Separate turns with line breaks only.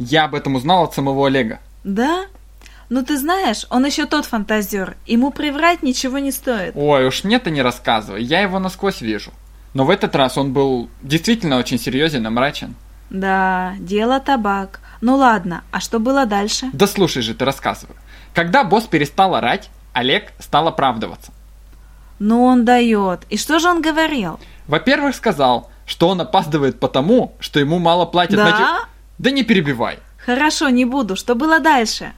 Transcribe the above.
Я об этом узнал от самого Олега.
Да? Ну ты знаешь, он еще тот фантазер. Ему приврать ничего не стоит.
Ой, уж мне-то не рассказывай, я его насквозь вижу. Но в этот раз он был действительно очень серьезен и мрачен.
Да, дело табак. Ну ладно, а что было дальше?
Да слушай же, ты рассказывай. Когда босс перестал орать, Олег стал оправдываться.
Ну он дает. И что же он говорил?
Во-первых, сказал, что он опаздывает потому, что ему мало платят.
Да?
Да не перебивай.
Хорошо, не буду. Что было дальше?